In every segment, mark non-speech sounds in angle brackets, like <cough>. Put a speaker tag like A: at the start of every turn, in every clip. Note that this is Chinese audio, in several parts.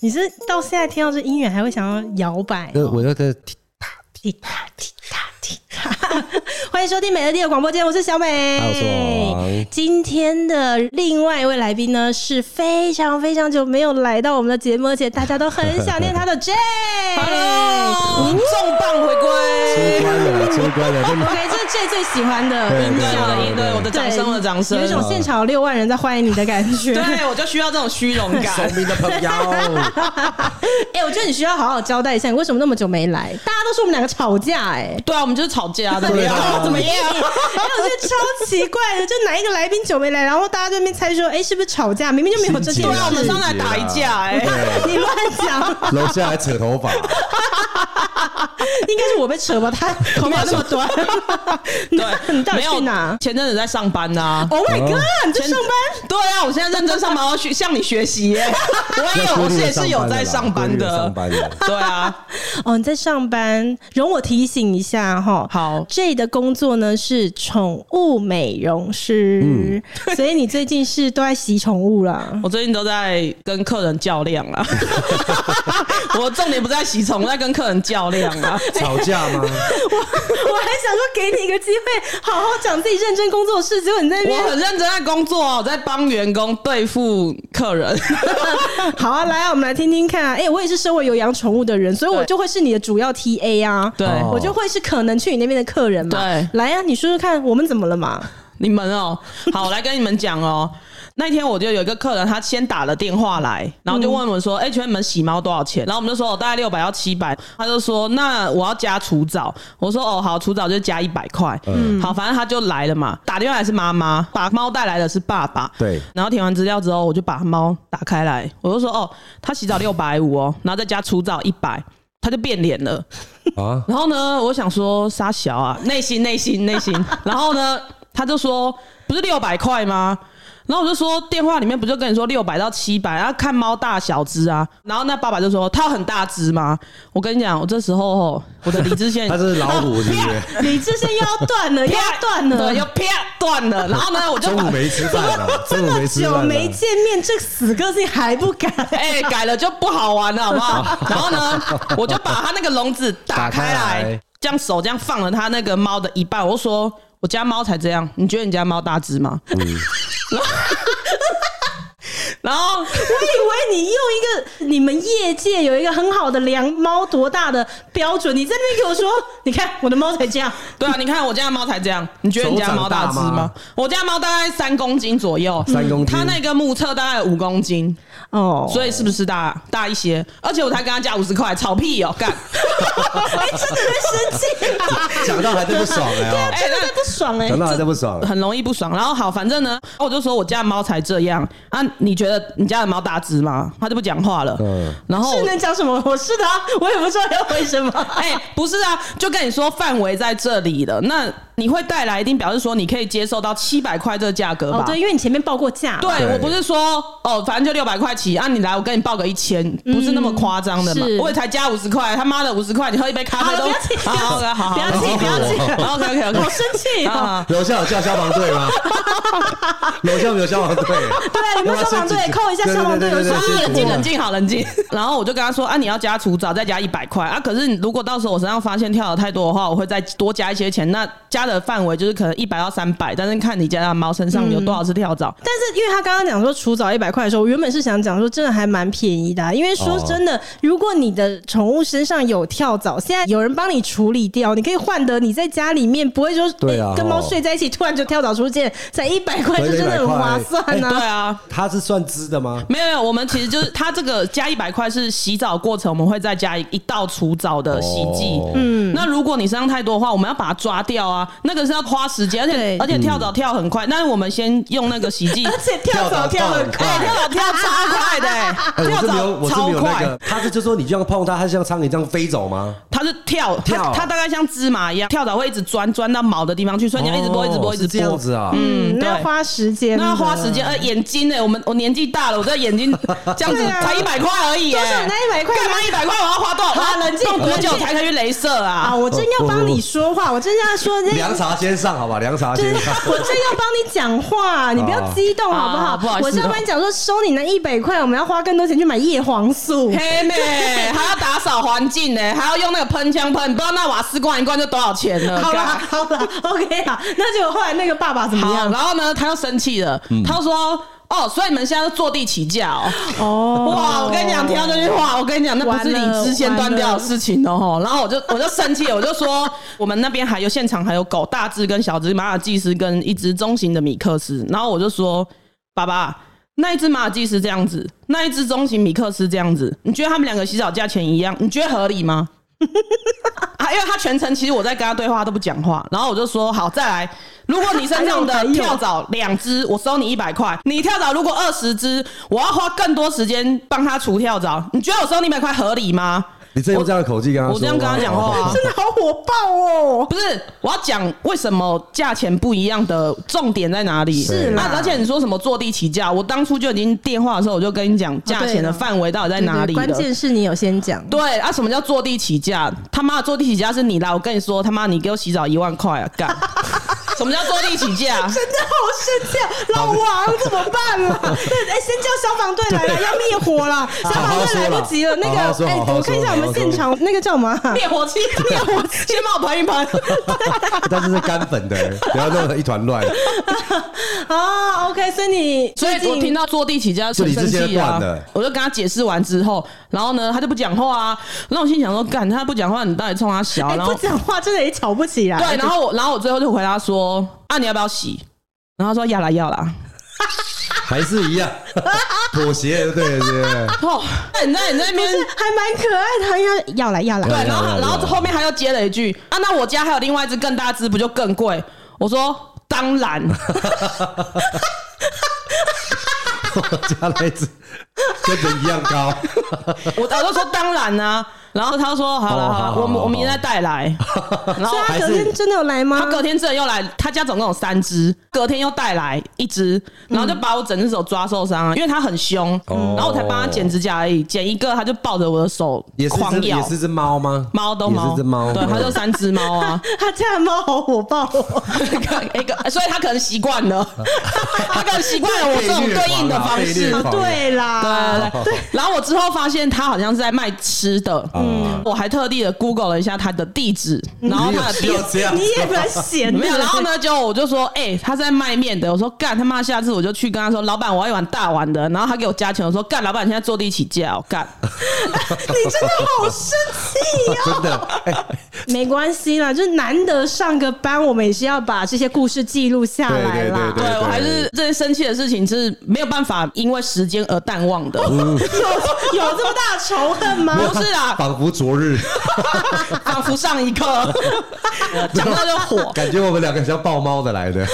A: 你是到现在听到这音乐还会想要摇摆哦
B: 那我那个
A: 踢踏踢踏踢踏。 <laughs> 欢迎收听美乐蒂的广播间，我是小美，
C: 啊
B: 还有什么？
A: 今天的另外一位来宾呢，是非常非常久没有来到我们的节目，而且大家都很想念他的 J。
C: <laughs> Hello，重磅回
B: 出
C: 归，
B: 关了，出关了，真
A: <laughs>
B: 的
A: OK，这是 J 最喜欢的
B: 对
A: 音
C: 对
A: 效
C: 我的
A: 音，
C: 对我的掌声，我的掌声
A: 有一。种现场有六万人在欢迎你的感觉。
C: 对，我就需要这种虚荣
B: 聪
C: 感。
B: 明的朋友，
A: <laughs> 哎、我觉得你需要好好交代一下，你为什么那么久没来？大家都说我们两个吵架、哎。
C: 对啊，我们就是吵架，怎么
B: 对啊
C: 样？怎么样？
A: <laughs> 哎、我觉得超奇怪的，就哪一个来宾久没来，然后大家在那边猜说，哎、是不是吵架？明明就没有这件
B: 心
C: 对
B: 急
C: 啊，
B: 啊
A: 事。
C: 我们上来打一架，哎，
A: 你乱讲，
B: 楼下还扯头发，
A: 应该是我被扯吧？他头发那么短，那
C: <laughs> 对，
A: <laughs> 你到底
C: 没有
A: 去哪
C: 前阵子在上班呐。
A: ？Oh my god！你在
C: 前
A: 上班？
C: 对啊，我现在认真上班，我要学向你学
A: <laughs>
C: 习耶。我也
B: 那
C: 有，
B: 规
C: 我
B: 律
C: 也
B: 的
C: 是有在上班
B: 的啦，
C: 的
B: 上。班的。
C: 对啊，
A: 哦，你在上班，容我提醒一下哈。
C: 好
A: J 的工作呢是宠物美容师，所以你最近是都在洗宠物啦。
C: <laughs> 我最近都在跟客人较量
A: <laughs>
C: 啦。我重点不在洗虫，我在跟客人较量
A: <laughs>
C: 啊。
B: 吵架吗？
A: 我还想说给你一个机会，好好讲自己认真工作的事，结果你在那
C: 我
A: 边
C: 很认真在工作哦，我在帮员工对付客人。
A: <laughs> 好啊，来啊，我们来听听看啊。哎、我也是身为有养宠物的人，所以我
C: 对
A: 就会是你的主要 TA 啊。
C: 对
B: 哦
A: 我就会是可能去你那边的客人嘛。
C: 对
A: 来呀、啊，你说说看，我们怎么了嘛？
C: 你们哦，好，我来跟你们讲哦。 <laughs> 那天我就有一个客人，他先打了电话来，然后就问我们说：“哎、请问你们洗猫多少钱？”然后我们就说：“哦，大概六百到七百。”他就说：“那我要加除藻。”我说：“哦，好，除藻就加一百块。”
B: 嗯
C: 嗯，好，反正他就来了嘛。打电话来是妈妈，把猫带来的是爸爸。
B: 对
C: 然后填完资料之后，我就把猫打开来，我就说：“哦，他洗澡六百五哦，然后再加除藻一百。”他就变脸了。
B: 啊，
C: 然后呢，我想说沙小啊，内心内心内心。然后呢，他就说不是六百块吗？然后我就说电话里面不就跟你说六百到七百，然后看猫大小只啊。然后那爸爸就说它很大只吗？我跟你讲，我这时候哦我的理智
B: <laughs>
C: 线
B: 他这是老虎是不
C: <laughs>
B: 是？
A: <laughs> 理智线又要断
B: <laughs>
A: 了，又要断了
C: 对，。又啪断了。然后呢，我就
B: 中午
C: 把
B: 没吃饭啊，中午没吃
A: 久
B: 饭
A: 没
B: 啊，
A: 见面，这死个字还不改。
C: 哎、改了就不好玩了，好
B: <laughs>
C: 不好？然后呢，我就把他那个笼子
B: 打
C: 打开
B: 开
C: 来
B: 来，
C: 这样手这样放了他那个猫的一半，我就说我家猫才这样，你觉得你家猫大只吗？
B: 嗯
C: 然后然后
A: 我以为你用一个你们业界有一个很好的量猫多大的标准，你在那边给我说，你看我的猫才这样，
C: 对啊，你看我家的猫才这样，你觉得你家猫大
B: 手
C: 只
B: 掌大
C: 吗
B: 吗？
C: 我家猫大概三公斤左右，
B: 三公斤
C: 它那个目测大概五公斤，
A: 哦，
C: 所以是不是大大一些？而且我才跟他加五十块，吵屁哦，
B: <laughs>
C: 干！
A: <laughs> 哎、真的会生气、啊，
B: 讲到还真不爽 <laughs> 哎哦，
C: 哎，那
A: 真的不爽哎、
B: 讲到还真不爽，
C: 很容易不爽。然后好，反正呢，哦我就说我家的猫才这样啊，你觉得你家的猫大只吗？它就不讲话了。
B: 嗯
C: 然后
A: 是
C: 我
A: 能讲什么？我是的、啊，我也不知道要回什么。
C: 哎、不是啊，就跟你说范围在这里了，那你会带来一定表示说你可以接受到七百块这个价格吧？
A: 哦，对，因为你前面报过价嘛，
C: 对。
B: 对
C: 我不是说哦，反正就六百块起啊，你来我跟你报个一千，不是那么夸张的嘛
A: 是。
C: 我也才加五十块，他妈的五十块，你喝一杯咖
A: 好
C: 啡
A: 了，
C: 都
A: 不要气，
C: 好好好好，
A: 不要气，不要气，
C: ，OK OK OK，
A: 好生气哦！
C: 啊，
B: 楼下有叫消防队
C: <laughs>
B: 吗？楼下没有消防队，
A: 对，有没有消防队
B: 要不要升级
A: 扣一下消防队有
B: 对对对
A: 消
B: 对对
A: 防
B: 对
A: 队
C: 冷
B: 对
C: 静
B: 对
C: 冷静，好冷静。然后我就跟他说啊，你要加除藻，再加一百块啊。可是你如果到时候我身上发现跳的太多的话，我会再多加一些钱。那加的范围就是可能一百到三百，但是看你家的猫身上有多少只跳蚤。
A: 但是因为他刚刚讲说除藻一百块的时候，我原本是想讲说真的还蛮便宜的啊、因为说真的，如果你的宠物身上有跳蚤，现在有人帮你处理掉，你可以换得你在家里面不会说
B: 对啊
A: 哎跟猫
B: 哦
A: 睡在一起突然就跳蚤出现，才一百块就真的很划算
C: 对
A: 啊！
C: 啊，
B: 他是算资的吗？
C: 没有没有，我们其实就是它这个加一百块是洗澡过程，我们会再加一道除藻的洗剂。
B: 哦
C: 嗯，那如果你身上太多的话，我们要把它抓掉啊，那个是要花时间，而
A: 对
C: 且而且跳蚤跳很快。但是我们先用那个洗剂，
A: 而且跳蚤跳很快，
C: <laughs> 哎，跳蚤跳超快的、欸，
B: 哎，我
C: 跳
B: 是没有，
C: 蚤
B: 我是没
C: 超
B: 有那
C: 快。
B: 个，他是就说你这样碰它，它像苍蝇这样飞走吗？
C: 它是跳，
B: 跳
C: 它它大概像芝麻一样，跳蚤会一直钻钻到毛的地方去，所以你要一直拨，一直拨，
B: 哦
C: 一直
B: 是这样
C: 拨。
B: 子啊，
A: 嗯，那要
C: 对
A: 花时间的，
C: 那要花时间，呃，眼睛呢、我们我年纪大了，我这眼睛
B: <laughs>
C: 这样子
A: 对啊
C: 才一百块而已、欸，
A: 多少那100块
C: 干嘛一百块？我要花多少？
A: 好冷静
C: 动多
A: 冷静
C: 久才可以去镭射
A: 啊！
C: 啊？
A: 我真要帮你说话，我真要说那
B: 凉茶先上，好吧，凉茶
A: 对，
B: 先上。
A: 我正要帮你讲话，你不要激动好不好？
C: 啊不好意思
A: 我是要帮你讲说，收你那一百块，我们要花更多钱去买叶黄素。
C: 黑妹还要打扫环境呢、还要用那个喷枪喷，你不知道那瓦斯罐一罐就多少钱了。
A: 好啦，好啦 o k 啦。那结果后来那个爸爸怎么
C: 好，
A: 样
C: 然？后呢，他又生气了，他又说。哦，所以你们现在都坐地起价哦！
A: 哦
C: 哇，我跟你讲，听到这句话，我跟你讲，那不是
A: 完了
C: 理智先断掉的事情哦。吼然后我就我就生气了，我就说我们那边还有现场还有狗，大只跟小只马尔济斯跟一只中型的米克斯。然后我就说，爸爸，那一只马尔济斯这样子，那一只中型米克斯这样子，你觉得他们两个洗澡价钱一样，你觉得合理吗？啊，因为他全程其实我在跟他对话，他都不讲话。然后我就说好，再来，如果你身 <laughs> 上
A: 还
C: 的
A: 有还有
C: 跳蚤两只，我收你一百块；你跳蚤如果二十只，我要花更多时间帮他除跳蚤。你觉得我收你一百块合理吗？
B: 你真用这样的口气跟他说
C: 我这样跟他讲话、啊，
A: 真的好火爆哦！
C: 不是，我要讲为什么价钱不一样的重点在哪里？
A: 是啦
C: 那啊而且你说什么坐地起价，我当初就已经电话的时候我就跟你讲价钱的范围到底在哪里
A: 对对关
C: 了。
A: 键是你有先讲，
C: 对啊，什么叫坐地起价？他妈的坐地起价是你啦！我跟你说，他妈你给我洗澡一万块啊！干， <laughs> 什么叫坐地起价？
A: <laughs> 真的好生气啊！老王怎么办
C: <laughs>
A: 啦？对，哎，先叫消防队来了，要灭火啦！消防队来不及了。那
B: 好好
A: 个，
B: 说
A: 哎，
B: 好好说
A: 我看一下我们现场那个叫什么
C: <laughs>
A: 啊？
C: 灭火器，灭火器，先帮我喷一 <laughs> 喷。
B: <laughs> 但是是干粉的，不要弄得一团
C: <laughs>
B: 乱。
A: 啊，OK，所以你
C: 所以我听
A: 到
C: 到坐地起价很生
B: 是你之
C: 气
B: 前
C: 啊
B: 断的，
C: 我就跟他解释完之后，然后呢，他就不讲话啊。然后我心想说，干他不讲话，你到底冲他小？
A: 哎，
C: 然后
A: 不讲话真的也吵不起来。
C: 对，然后我然后我最后就回答说，啊，你要不要洗？然后他说要啦要啦。
B: 还是一样妥协，对对对，
C: 哦，那你在你在那
A: 不
C: 边
A: 是还蛮可爱的，应该要来要
B: 哎
A: 来。
C: 对，然后
B: 对对
C: 然后
B: 对
C: 后面他又接了一句啊，那我家还有另外一只更大只，不就更贵？我说当
B: <laughs>
C: 然，
B: 我家那一只跟人一样高，
C: 我我就说当然啊。然后他就说好了
B: 哦
C: 好
B: 好
C: 了，
B: 好
C: 我们
B: 好
C: 我明天再
B: <laughs>
C: 带来。然后
A: 所以他
B: 还
A: 隔
B: 是
A: 天真的有来吗？
C: 他隔天真的又来，他家总共有三只，隔天又带来一只，然后就把我整只手抓受伤啊，因为他很凶，
B: 哦
C: 然后我才帮他剪指甲而已，剪一个他就抱着我的手
B: 也是
C: 狂
B: 只
C: 咬
B: 也。是只猫吗？
C: 猫都猫，
B: 也是只猫，
C: 对，他就三只猫啊，
A: 他家的猫好火爆哦！
C: 一个，所以 <laughs> 他可能习惯了，他可能习惯了我这种对应的方
B: 被虐
C: 式
B: 狂，
A: 啊对啦，
C: 对对对。然后我之后发现他好像是在卖吃的，
B: 嗯
C: 我还特地的 Google 了一下他的地址，然后他的
B: 你
C: 地
B: 有这样
A: <laughs>
B: 子
A: 你也蛮闲的。
C: 没有，然后？呢，就我就说，哎、他在卖面的，我说干他妈，下次我就去跟他说，老板我要一碗大碗的，然后他给我加钱，我说干，老板你现在坐地起价哦，干，
A: 你真的好生气哦！
B: <laughs> 真的，哎，
A: 没关系啦，就是难得上个班，我们也是要把这些故事记录下来啦。
C: 对
B: 对
C: 我还是这些生气的事情是没有办法因为时间而淡忘的，
A: <laughs>
C: 不
A: 有有这么大仇恨吗？
C: 是啊，
B: 仿佛昨日，
C: 仿佛上一刻讲到就火，
B: 感觉我们两个像抱猫的来
C: <laughs>
B: 的，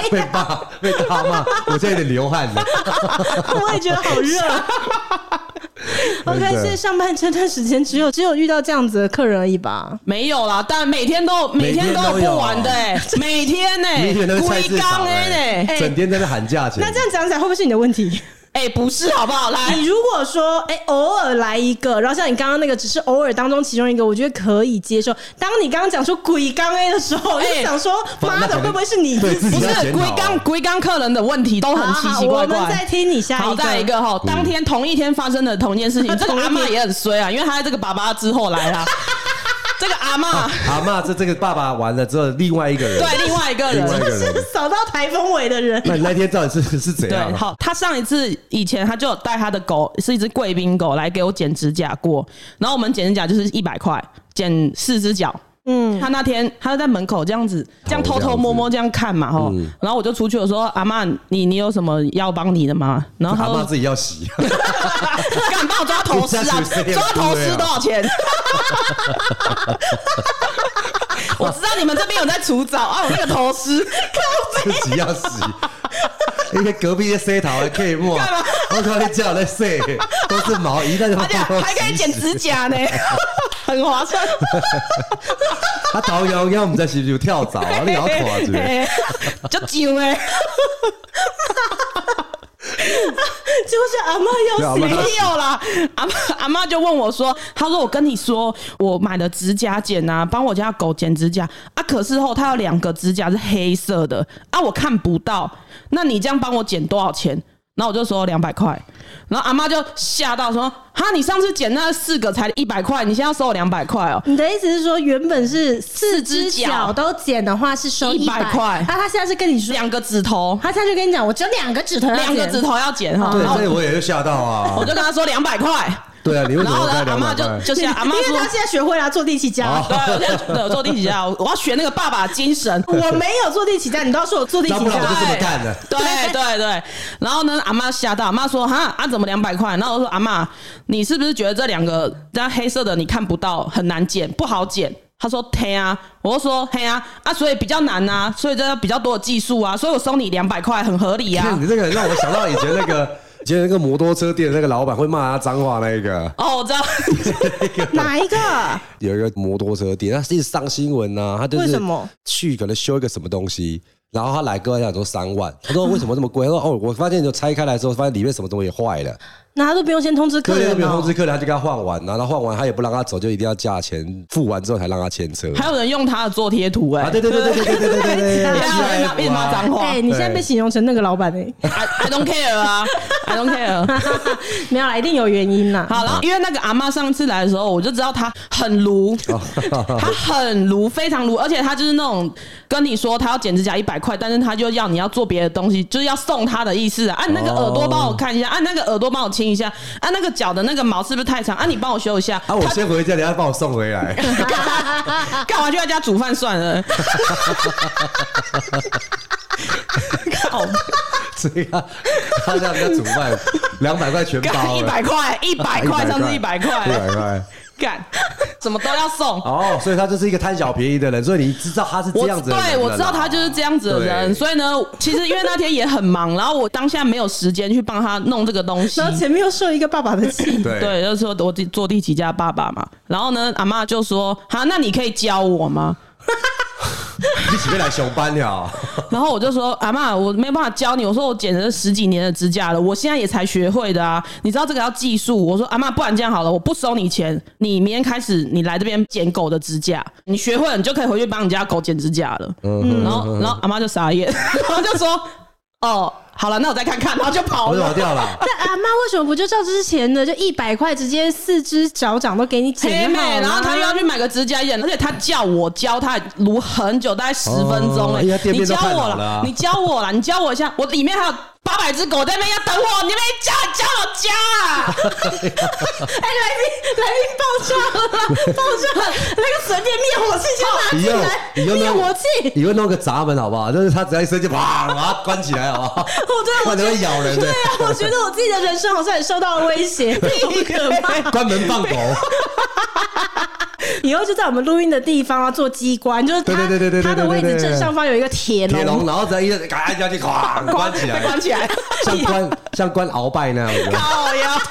A: 对
B: 被
A: 呀，
B: 骂被大骂，我现在有点流汗了。
A: 啊我也觉得好热。OK，
B: 真的
A: 现在上班这段时间，只有只有遇到这样子的客人而已吧？
C: 没有啦，但每天都每天都有不完的、欸，每天呢、
B: <laughs> 明天那是菜
C: 龟
B: 市场
C: 缸
B: 哎
C: 哎，
A: 哎
B: 整天在那喊价钱，
A: 那这样讲起来，会不会是你的问
C: <laughs>
A: 题？
C: 哎、不是好不好？来，
B: <laughs>
A: 你如果说，哎、偶尔来一个，然后像你刚刚那个，只是偶尔当中其中一个，我觉得可以接受。当你刚刚讲说鬼刚 A 的时候，我
C: 哎
A: 就想说，
B: 哇
A: 妈的，
B: 那可能
A: 会不会是你
B: 对
A: 自己
B: 自己
C: 不是
B: 要检
C: 龟
B: 讨
C: 缸
B: 啊
C: 龟缸客人的问题都很奇奇怪怪。
A: 啊好好我们再听你下一
C: 好，
A: 个，
C: 再一个哈，当天同一天发生的同一件
A: <laughs>
C: 事情，这个
A: 同一
C: 阿
A: 天
C: 嬷也很衰啊，因为她在这个爸爸之
A: <laughs>
C: 后来啦。啊这个阿嬷
B: 阿妈这这个爸爸完了之后，另外一个人，
C: 对另外一个
B: 另外一
C: 人，
B: 个
A: <laughs> 是
B: 人，
A: 扫到台风尾的人。
B: 那你那天到底是是怎
C: 对
B: 样，？
C: 好，他上一次以前他就有带他的狗，是一只贵宾狗来给我剪指甲过，然后我们剪指甲就是一百块，剪四只脚。
A: 嗯，
C: 他那天他就在门口这样子，嗯这样偷偷摸摸这样看嘛，吼。然后我就出去我说：“阿嬷，你你有什么要帮你的吗？”然后他
B: 阿
C: 就 <laughs>
B: 妈自己要洗， <laughs>
C: 敢帮我抓头虱 <laughs> 啊！抓头虱多少钱？ <laughs> 我知道你们这边有在除蚤啊，我那个头 <laughs> 虱，
B: 自己要洗。因为隔壁的洗头还可以摸，
C: 干嘛
B: 我靠，你叫我在洗，都是毛，一旦就
C: 而且还可以剪指甲呢， <laughs> 很划算。
B: 他啊头摇摇，唔知是不是有跳蚤啊？
A: <laughs>
B: 你咬垮住，
C: 嘿就上哎，
A: 就是阿
B: 对阿
A: 妈要
B: 嬷
C: 没
A: 死
B: 要
A: 了
B: 死。
C: 有啦，阿妈阿妈就问我说：“她说我跟你说，我买的指甲剪啊，帮我家狗剪指甲啊，可是后它有两个指甲是黑色的啊，我看不到。那你这样帮我剪多少钱？”然后我就说两百块，然后阿妈就吓到说：“哈，你上次剪那四个才一百块，你现在要收我两百块哦？
A: 你的意思是说，原本是四只
C: 四只脚
A: 脚都剪的话是收
C: 100
A: 百
C: 块
A: 那他现在是跟你说，
C: 两个指头，
A: 他现在就跟你讲，我只有两个指头要剪，
C: 两个指头要剪哈。”
B: 对，
C: 然后
B: 所以我也就吓到
C: 我
B: 啊。
C: 就跟她说两百块，
B: 对啊，你为
C: 然
B: 什么
C: 后呢
B: 开，
C: 阿
B: 两
C: 妈
B: 百
C: 就
B: 块？
C: 就吓阿
A: 因
C: 妈
A: 为
C: 说
A: 他。现在学会了做地起家
B: 好。
C: 对，我现在对我做第几家？我要学那个爸爸精神。
A: 我没有坐地起价，你都要说我坐地
B: 那
A: 起
B: 不然我就
A: 价。
C: 哎
B: 这么干的。 <laughs>
C: 对对对，然后呢，阿妈吓到，阿妈说：“哈，啊，怎么两百块？”然后我说：“阿妈，你是不是觉得这两个那黑色的你看不到，很难剪，不好剪？”她说：“嘿啊！”我就说：“嘿啊！啊，所以比较难啊，所以这比较多的技术啊，所以我收你两百块很合理啊
B: 看。你这个让我想到以前那个，以前那个摩托车店那个老板会骂他脏话那一个”，
C: 哦，我知道，
A: <laughs> 哪一个？
B: 有一个摩托车店，他一直上新闻呐、他就是
A: 为什么
B: 去可能修一个什么东西，然后他来跟我讲说三万，他说为什么这么贵？他说哦，我发现你拆开来之后，发现里面什么东西也坏了，
A: 那他都不用先通知客
B: 客人
A: 人
B: 没有
A: 哦
B: 通知客人，他就跟他换完，然后他换完他也不让他走，就一定要价钱付完之后才让他签车。
C: <laughs> 还有人用它的做贴图哎、
B: 啊，对对对对对对对对对对，
C: 对啊，还有人骂一直骂脏话、
A: 哎，你现在被形容成那个老板 <laughs> 哎，
C: i I don't care 啊，I don't care。
A: 没有啦，一定有原因啦。
C: 好，然后因为那个阿妈上次来的时候，我就知道她很卢， <laughs> 她很卢，非常卢，而且她就是那种跟你说她要剪指甲一百块，但是她就要你要做别的东西，就是要送她的意思啊。啊，你那个耳朵帮我看一下，啊，那个耳朵帮我清一下，啊，那个脚的那个毛是不是太长？啊，你帮我修一下。
B: 啊，我先回家，等一下帮我送回来。
C: 干嘛去他家煮饭算了？ <laughs> 靠，
B: 所以他他让人家煮饭，两百块全包
C: 干
B: 了，
C: 一百块，一百块，上次一百
B: 一
C: 块，
B: 百块。
C: 干，怎么都要送。
B: 哦，所以他就是一个贪小便宜的人，所以你知道他是这
C: 我
B: 样子的人
C: 对，我知道他就是这样子的人，
B: 对
C: 所以呢，其实因为那天也很忙，然后我当下没有时间去帮他弄这个东西
A: 然。后前面又受一个爸爸的气，
B: 对
C: 对，就是说我做第几家爸爸嘛，然后呢，阿妈就说：“哈，那你可以教我吗
B: 你起来熊班了，？”
C: 然后我就说：“阿妈，我没有办法教你。我说我剪了十几年的指甲了，我现在也才学会的啊。你知道这个要技术。我说阿妈，不然这样好了，我不收你钱，你明天开始你来这边剪狗的指甲，你学会了你就可以回去帮你家狗剪指甲了。”
B: 嗯，
C: 然后然后阿妈就傻眼， <laughs> 然后就说：“哦，好了，那我再看看。”然后就跑
B: 哦我就跑
C: 了。
B: 掉了。
A: <laughs> 但啊阿妈为什么不就照之前的，就一百块直接四只脚掌都给你
C: 黑
A: 剪
C: 妹
A: 就好了？，
C: 然后她又要去买个指甲剪，而且她叫我教她撸很久，大概十分钟
B: 哦
C: 哎、
B: 因为她店
C: 你
B: 面都
C: 教
B: 太
C: 我
B: 老了
C: 啦
B: 啊
C: 你教我啦，你教我一下，我里面还有八百只狗在那边要等我，你们教教我教啊！
A: 哎， <laughs> 来宾来宾爆炸了，爆炸了！那个随便灭火器
B: 你
A: 先
B: 用
A: 拿
B: 你
A: 进来，
B: 用
A: 灭
B: 那
A: 火器。
B: 你用弄个闸门好不好？就是他只要一生气，啪，把它关起来好不
C: <laughs>
B: 好？
A: 哦，对，我觉
B: 不然
A: 得
B: 会咬人的
A: 对啊，我觉得我自己的人生好像也受到了威
B: <laughs>
A: 胁，好可怕！
B: 关门
C: <laughs>
B: 放狗，
A: 以后就在我们录音的地方啊，做机关，就是它
B: 对对对对对对
A: 它的位置正上方有一个铁
B: 铁笼，
A: 笼，
B: 然后只要一嘎按下去，咵关起
C: 被 <laughs>
B: 来，
C: 关
A: <laughs>
C: 起来，
B: 像关像关鳌拜那
C: <laughs>
B: 样子。
C: 靠呀！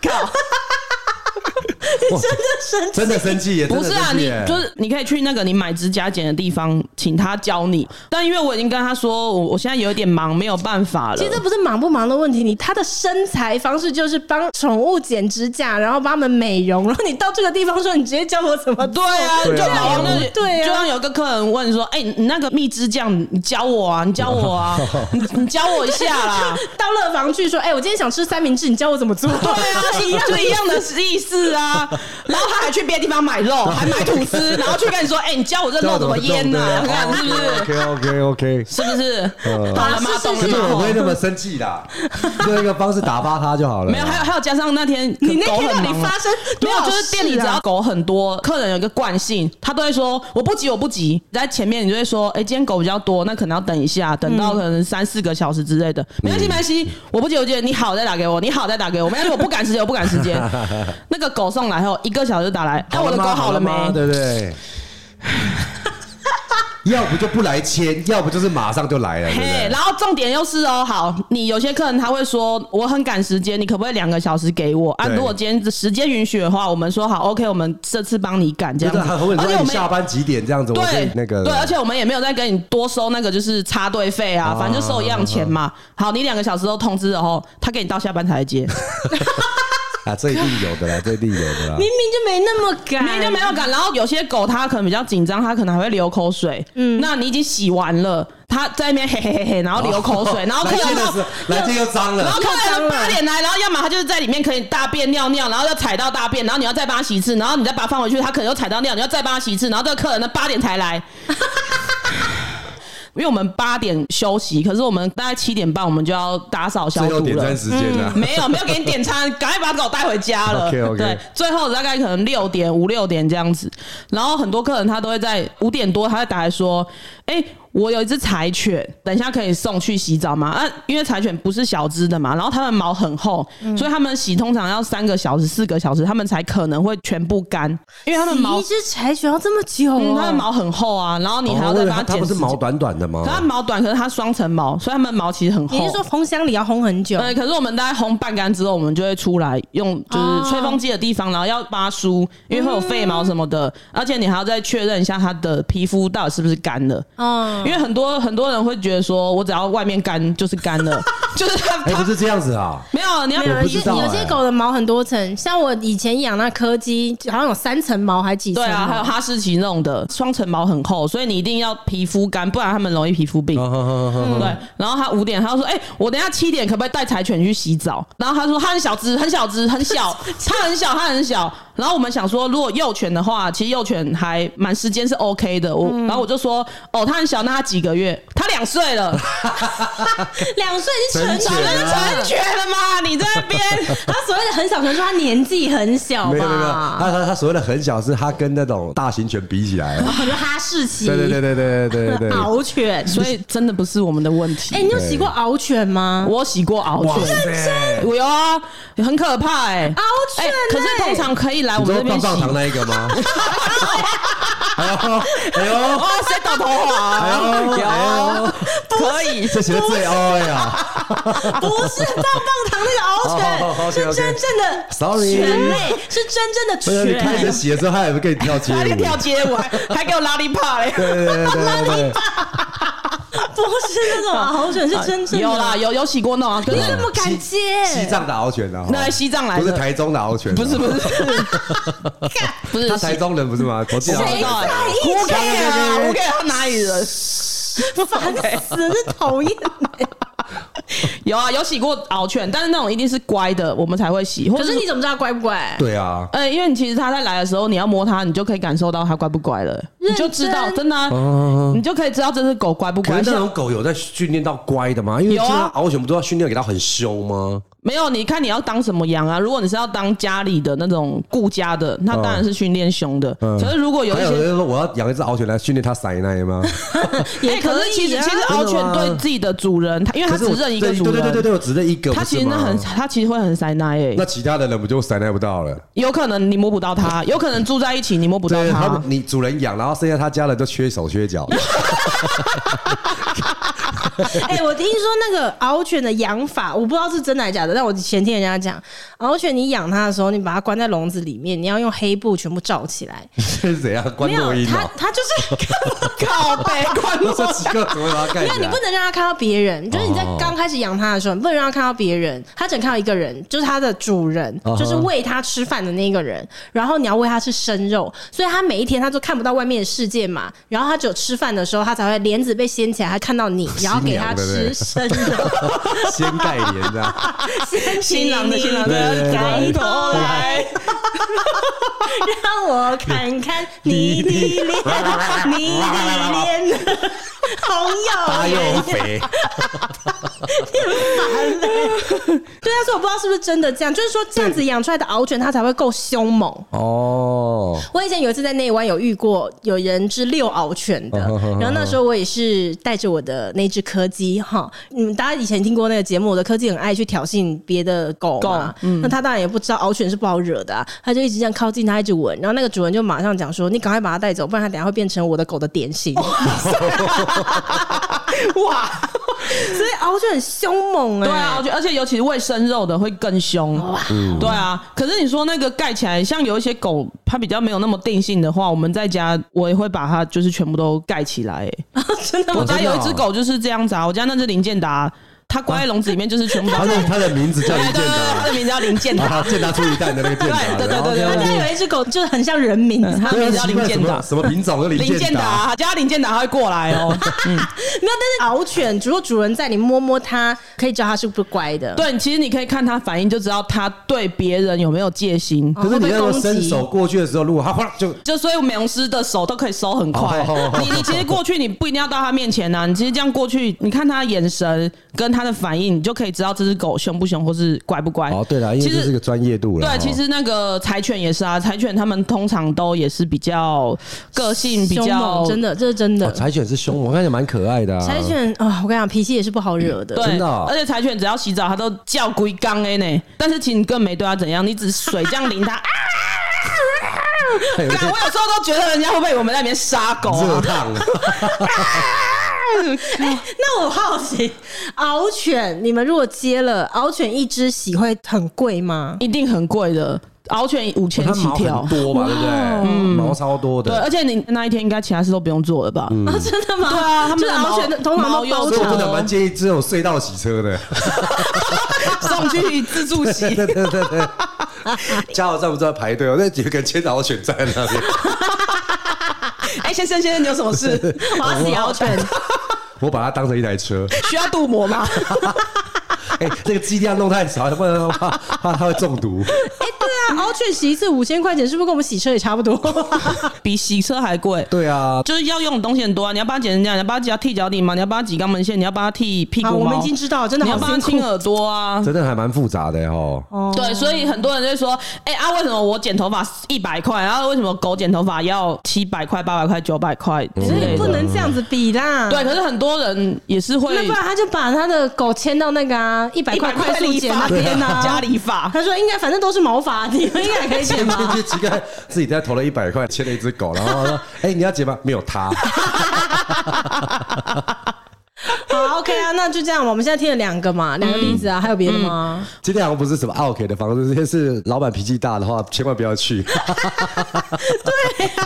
C: <laughs> 靠！
A: 真
B: 哇
A: 的神奇。
B: 真的生气耶！
C: 不是啊，
B: 真的生气
C: 你
B: 耶
C: 就是你可以去那个你买指甲剪的地方，请他教你。但因为我已经跟他说，我我现在有点忙，没有办法了。
A: 其实这不是忙不忙的问题，你他的身材方式就是帮宠物剪指甲，然后帮他们美容，然后你到这个地方说你直接教我怎么
C: 对啊，就
B: 对啊
C: 老王就
A: 对啊
C: 就像有个客人问说：“哎、你那个蜜汁酱，你教我啊，你教
B: <laughs>
C: 我啊，你你教我一下啦。
A: 到乐房去说，哎、我今天想吃三明治，你教我怎么做？”对 <laughs>
C: 对啊，
A: 是一样
C: 就
A: 的
C: 一样的意思啊。然后他还去别的地方买
B: <laughs>
C: 肉，还买吐司，然后去跟你说：“哎、你教我这肉怎么腌呢、啊？ <laughs> 看是不
A: 哦
C: 是？啊
B: ？OK OK OK，
C: 是不是？懂了
A: 啊
C: 吗？懂
B: 哦嗯可是
C: 了
B: 我不
C: 吗
B: 会？”那么生气
C: <laughs>
B: 啦，用一个方式打发他就好了。
C: 没有，还有还有，加上那天
A: 你那
C: 狗
A: 天到
C: 很忙
A: 底
C: 啊
A: 发生
C: 没
A: 多
C: 有，
A: 少事啊？
C: 就是店里只要狗很多，客人有一个惯性，他都会说我不急，我不急。在前面你就会说，哎、今天狗比较多，那可能要等一下，等到可能三四个小时之类的。没关系，没关系，我不急，我急。你好再打给我，你好再打给我，没关系，我不赶时间，我不赶时间。那个狗 <laughs> 送来后一个小时就打来，哎、我的狗
B: 吗
C: 好了没？
B: 吗对不对？要不就不来签，要不就是马上就来了，对不
C: 嘿，
B: 对？
C: 然后重点又是哦，好，你有些客人他会说我很赶时间，你可不可以两个小时给我啊？
B: 对
C: 如果今天时间允许的话，我们说好，OK，我们这次帮你赶这
B: 真
C: 样
B: 的
C: 子
B: 很很，
C: 而且
B: 啊说
C: 我
B: 你
C: 们
B: 下班几点这样子，我可以
C: 对
B: 那个
C: 对，而且我们也没有再跟你多收那个就是插队费啊，反正就收一样钱嘛。好，你两个小时都通知了哦，他给你到下班才来接，
B: 啊，这一定有
C: <laughs>
B: 的啦，这一定有的啦
A: 明。明就没那么赶，
C: 明明就没有赶。然后有些狗它可能比较紧张，它可能还会流口水。嗯，那你已经洗完了，它在那边嘿嘿嘿嘿，然后流口水，然后
B: 哦
C: 客
B: 来
C: 人
B: 劲
C: 到
B: 的时候来劲又脏
C: 然
B: 了
C: 后，客人八点来，然后要么他就是在里面可以大便尿尿，然后又踩到大便，然后你要再帮他洗一次，然后你再把它放回去，他可能又踩到尿，你要再帮他洗一次，然后这个客人呢八点
B: <laughs>
C: 才来。因为我们八点休息，可是我们大概七点半我们就要打扫消
B: 最后
C: 毒
B: 点
C: 了嗯
B: 餐。时间啦。
C: <laughs> 没有，没有给你点餐，赶快把狗带回家了。
B: OK，OK
C: 对，最后大概可能六点五六点这样子，然后很多客人他都会在五点多，他会打来说：“哎、我有一只柴犬，等一下可以送去洗澡吗？”啊，因为柴犬不是小只的嘛，然后它们毛很厚，所以它们洗通常要三个小时、四个小时，它们才可能会全部干，因为它们毛
A: 一，只柴犬要这么久、哦，
C: 嗯，它们毛很厚啊，然后你还要
B: 哦我
C: 再
B: 以为
C: 帮
B: 它它
C: 剪
B: 不是
C: 指
B: 毛
C: 甲
B: 短短的吗
C: 可？它毛短，可是它双层毛，所以它们毛其实很厚。
A: 你是说烘箱里要烘很久？
C: 对，嗯可是我们大概烘半干之后，我们就会出来用就是吹风机的地方，然后要扒梳，因为会有废毛什么的，而且你还要再确认一下它的皮肤到底是不是干了，
A: 嗯
C: 因，为很多很多人会觉得说我只要外面干就是干 <laughs> 了，就是它
B: 哎，不
C: 它
B: 是这样子啊，
C: 没有你要
B: 我不
A: 有些
B: 知道
A: 有些
B: 哎
A: 狗的毛很多层，像我以前养那柯基，好像有三层毛还几层哦
C: 对
A: 毛。
C: 啊，还有哈士奇那种的双层毛很厚，所以你一定要皮肤干，不然它们容易皮肤病。对，然后他五点，他就说：“哎、我等一下七点可不可以带柴犬去洗澡？”然后他说：“他很小只，很小只，很 <laughs> 小，它很小，它很小。”然后我们想说，如果幼犬的话，其实幼犬还蛮时间是 OK 的。我、然后我就说：“哦，它很小，那它几个月？它两岁 <laughs> 了， <laughs>
A: 两岁已经成
B: 成
A: 犬
B: 犬
C: 那就
A: 了，
C: 成犬了嘛？你在那边
A: 他所谓的很小，可能说他年纪很小吧，
B: <laughs> 没有没有没有，他他他所谓的很小，是他跟那种大型犬比起
C: <laughs>
B: 来，
A: 很多哈士奇，
B: 对对对对对对对对对。
A: 獒犬。
C: <laughs> 所以真的不是我们的问题。
A: 哎、你有洗过獒犬吗？
C: 我洗过獒
B: 哇
C: 犬，
B: 塞！
C: 我有啊，很可怕哎、欸。
A: 獒
C: 哎、
A: 犬、
C: 可是通常可以来我
B: 你
C: 们这
B: 说
C: 边
B: 棒
C: 洗。
B: 棒糖那一个吗？哎呦哎呦
C: 哦，谁打头滑？
B: 哎呦哎呦！
C: 可以。
B: 这写的最凹呀！
A: 不是棒棒糖那个獒犬，
B: 好好好
A: 是
B: OK，OK
A: 真正的
B: Sorry
A: 犬类，是真正的
B: 不是你
A: 犬。
B: 开始洗的时候，他也不跟你跳街
C: 还
B: 舞，
C: 跳街舞，还还给我拉力帕嘞！
B: 对对对对对对，
A: 不是那种獒犬，是真正的。
C: <laughs> 有啦，有有洗过那种啊，可
A: 你
C: 是
A: 怎么敢接？
B: 西藏的獒犬啊，
C: 那西藏来
B: 不是
C: 的，
B: 台中的獒犬啊，
C: <laughs> 不是不是不是
B: 他台中人不是吗？我记得好像
A: 谁
C: 谁
A: 在
C: 在
A: 意
C: 胡
A: 这
C: K
A: 个
C: 啊？胡 K 他哪里人？
A: 烦死，这讨厌。
C: 有啊，有洗过獒犬，但是那种一定是乖的，我们才会洗。或
A: 可
C: 者
A: 是你怎么知道乖不乖？
B: 对啊，
C: 呃，因为你其实它在来的时候，你要摸它，你就可以感受到它乖不乖了，你就知道
A: 认真
C: 真的啊，你就可以知道这只狗乖不
B: 可
C: 乖。
B: 是那
C: 像
B: 种狗有在训练到乖的吗？因为
C: 有啊
B: 现在獒犬不都要训练给它很凶吗？
C: 没有，你看你要当什么羊啊？如果你是要当家里的那种顾家的，那当然是训练凶的。
B: 嗯
C: 可是如哦果有一
B: 还有
C: 些
B: 人说我要养一只獒犬来训练它塞奶吗？
C: 哎、
A: 也啊
C: 可是其实其实獒犬对自己的主人，它因为它
B: 可是
C: 只
B: 我
C: 认一个
B: 对
C: 主
B: 对
C: 人，
B: 对对对对，我只认一个，
C: 它
B: 不是
C: 其实那
B: 吗
C: 很它其实会很塞奶诶、
B: 那其他的人不就塞奶不到了？
C: 有可能你摸不到它，有可能住在一起你摸不到
B: 对，他
C: 它
B: 们。你主人养，然后剩下他家人都缺手缺脚，
A: <laughs> 哎、我听说那个獒犬的养法，我不知道是真的还是假的，但我前听人家讲，獒犬你养它的时候，你把它关在笼子里面，你要用黑布全部罩起来。
B: 是怎样？关
A: 没有
B: 录音
A: 它
B: 哦。
A: 它
B: <laughs>
A: 就是，
C: 靠背关
B: 那 <laughs>
C: 落
B: 这几个怎么把它盖
A: 没
B: 起
A: 有你
B: 来
A: 不？能让它看到别人，就是你在
B: 哦
A: 刚开始养它的时候，你不能让它看到别人，它只能看到一个人，就是它的主人，
B: 哦
A: 就是喂它吃饭的那个人。然后你要喂它吃生肉，所以它每一天它都看不到外面的世界嘛。然后它只有吃饭的时候，它才会帘子被掀起来，它看到你，然后给它
B: 新娘对
A: 吃
B: 不
A: 生
B: 对
A: 肉。
B: <laughs> 先盖帘这样，
A: <laughs>
C: 新郎的新郎
B: 对
C: 的
B: 对对
C: 抬头来，
A: 让我看看你的脸，哎你的脸，好哦
B: 大
A: <laughs> 耀
B: 又
A: 眼，
B: 肥，
A: 烦嘞！对啊，所以我不知道是不是真的这样，就是说这样子养出来的獒犬它才会够凶猛。
B: 哦，
A: 我以前有一次在内湾有遇过有人是遛獒犬的，然后那时候我也是带着我的那只柯基哈，你们大家以前听过那个节目，我的柯基很爱去挑衅别的狗嘛，那它当然也不知道獒犬是不好惹的、啊，它就一直这样靠近它，一直闻，然后那个主人就马上讲说：“你赶快把它带走，不然它等下会变成我的狗的点 <laughs> 心。
C: 哇，
A: 所以獒犬很凶猛哎、
C: 对啊，我觉得而且尤其是喂生肉的会更凶，对啊。可是你说那个盖起来，像有一些狗它比较没有那么定性的话，我们在家我也会把它就是全部都盖起来、欸。
A: <laughs> 真的
C: 我
A: 吗？
C: 家
B: 真的
C: 有
B: 哦
C: 一只狗就是这样子啊，我家那只林健达，它关在笼子里面就是全部都
D: 他
C: 对
D: 的他的名字叫林
C: 对对
D: 建
C: 对，它
D: 达，
C: 的名字叫林健达，
D: 啊，建达出一蛋的那个建达，
C: 对对对对
A: 我
C: 对
A: 家
C: 对
A: 有一只狗，就是很像人名，你知道吗
C: 它的名字叫
D: 奇
C: 林
D: 怪什
C: 健达
D: 么。什么品种的林
C: 林
D: 建
C: 健
D: 达？
C: 达，家林健达它会过
B: <laughs>
C: 来哦。
A: 没有，但是獒犬如果主人在，你摸摸它，可以知道它是不是乖的。，
C: 对，其实你可以看它反应就知道它对别人有没有戒心。
B: 哦
D: 可是你那时候伸
A: 会
D: 手
A: 被
D: 过去的时候，如果他哗就
C: 就所以美容师的手都可以收很快
D: 哦。
C: 你你其实过去你不一定要到他面前呐、你其实这样过去，你看他的眼神跟他的反应，你就可以知道这只狗凶不凶或是乖不乖。
B: 哦，对了，因为
C: 其
B: 这是
C: 实
B: 个专业度了。
C: 对，
B: 哦
C: 其实那个柴犬也是啊，柴犬他们通常都也是比较个性比
A: 凶
C: 较
A: 猛，真的，这是真
B: 哦
A: 的。
B: 柴犬是凶，我看起来蛮可爱的啊。
A: 柴 <laughs> 犬啊，我跟你讲，脾气也是不好惹的。
C: <laughs> 对，
B: 真的哦
C: 而且柴犬只要洗澡，它都叫龟缸哎呢。但是其实你更没对它怎样，你只是水这样淋
B: <laughs>
C: 它。啊！
B: 哎，有
C: 干我有时候都觉得人家会被我们在那边杀狗
B: 点热 <laughs>
C: 啊。
B: 烫，
A: <laughs> 那我好奇，獒犬，你们如果接了獒犬一只洗会很贵吗？
C: 一定很贵的，獒犬五千
B: 它
C: 起
D: 哦
B: 毛
C: 跳 <laughs>
B: 很。多吧，对不对？毛超多
C: 对，
B: 的
C: 而。且你那一天应该其他事都不用做了吧？
A: 啊，真的吗？
C: 对啊，他们
A: 就是
C: 的毛
A: 獒犬通常都
C: 毛
A: 包
D: 嗯
C: 又
D: 哦所以我真
A: 场
D: 的
C: <laughs>
D: 蛮建议只有隧道洗车的，
C: 送去自助
D: <laughs>
C: 洗，
B: 对对对对，
D: 加油站不知道排队哦，那几个人千岛选在那边，
C: 哎，先生先生，你有什么
D: <laughs>
C: 事？我要洗獒犬，
D: 我把它当成一台车。
C: <laughs> 需要镀膜吗？
D: 哎，这个剂量弄太少，不然的话怕它会中毒。
A: <laughs> 哎，对啊，獒犬洗一次五千块钱，是不是跟我们洗车也差不多？
C: <laughs> 比洗车还贵。
B: 对啊，
C: 就是要用的东西很多啊！你要帮它剪指甲，你要帮它剃脚底毛，你要帮它挤肛门腺，你要帮它剃屁股
A: <laughs> 好，我们
C: 毛
A: 已，经知道，真的
C: 你
A: 好
C: 要帮它
A: 辛
C: 清
A: 苦。
C: 耳朵啊。
B: 真的还蛮复杂的哦。
C: 对，所以很多人就会说，哎、啊，为什么我剪头发一百块，然后为什么狗剪头发要七百块、八百块、九百块之
A: 所
C: 类
A: 以不
C: 的？
A: 能这样子比啦。
C: 对，可是很多人也是会
A: 那不然他就把他的狗牵到那个啊一百
C: 一
A: 块
C: 百
A: 快
C: 块
A: 速
C: 理
A: 剪
C: 发
A: 那边 <laughs> 啊，
C: 家理发。
A: 他说应该反正都是毛发，你们应该也可以剪
D: 进
A: 吧？
D: 去乞丐自己再投了一百块，牵了一只狗，然后说：“哎，你要结吗？没有他。
A: 好，OK 啊，那就这样吧。我们现在听了两个嘛，
D: 嗯
A: 两个例子啊，还有别的吗？
D: 今天好像不是什么 OK 的房子，这些是老板脾气大的话，千万不要去。
C: <laughs>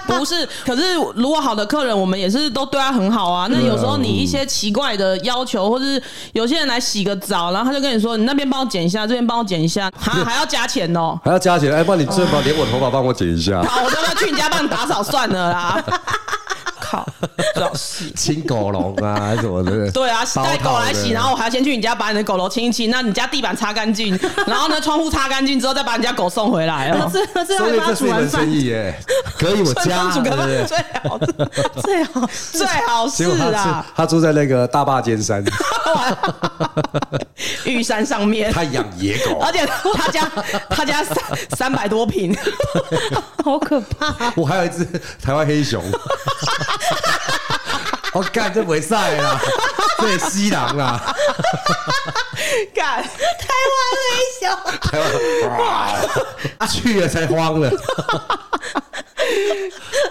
C: 不是，可是如果好的客人，我们也是都对他很好啊。那有时候你一些奇怪的要求，或是有些人来洗个澡，然后他就跟你说：“你那边帮我剪一下，这边帮我剪一下，还还要加钱哦、
D: 还要加钱，哎，帮你最好连我头发帮我剪一下。
C: 好，我他妈去你家帮你打扫算了啦。靠，老是。
B: 清狗笼啊什么的，
C: 对啊，
B: 包
C: 带
B: 套
C: 狗来
B: 的
C: 洗，然后我还要先去你家把你的狗楼清一清，那你家地板擦干净，
B: <laughs>
C: 然后呢窗户擦干净之后再把你家狗送回来
A: 那
C: 哦。
A: <laughs> 最后最后
D: 所以
A: 帮他
D: 嗯这是
A: 煮
D: 你
A: 完
D: 们生
A: 饭，
D: 意耶，可以我加，
C: 煮
D: 对
C: 个
D: 不对？
C: 最好
A: <laughs> 最好是
C: 最好是
D: 结果他
C: 啊
D: 是，他住在那个大坝尖山，
C: 玉山上面。
D: 他养野狗。
C: <laughs> 而且
B: <laughs>
C: 他家他家三三百多平，
A: 好可怕。
D: <laughs> 我还有一只台湾黑熊， <laughs>
B: 我干这没赛啊，
D: 对，西狼啦，
C: 干
A: 台湾黑熊，
D: 台湾去了才慌了。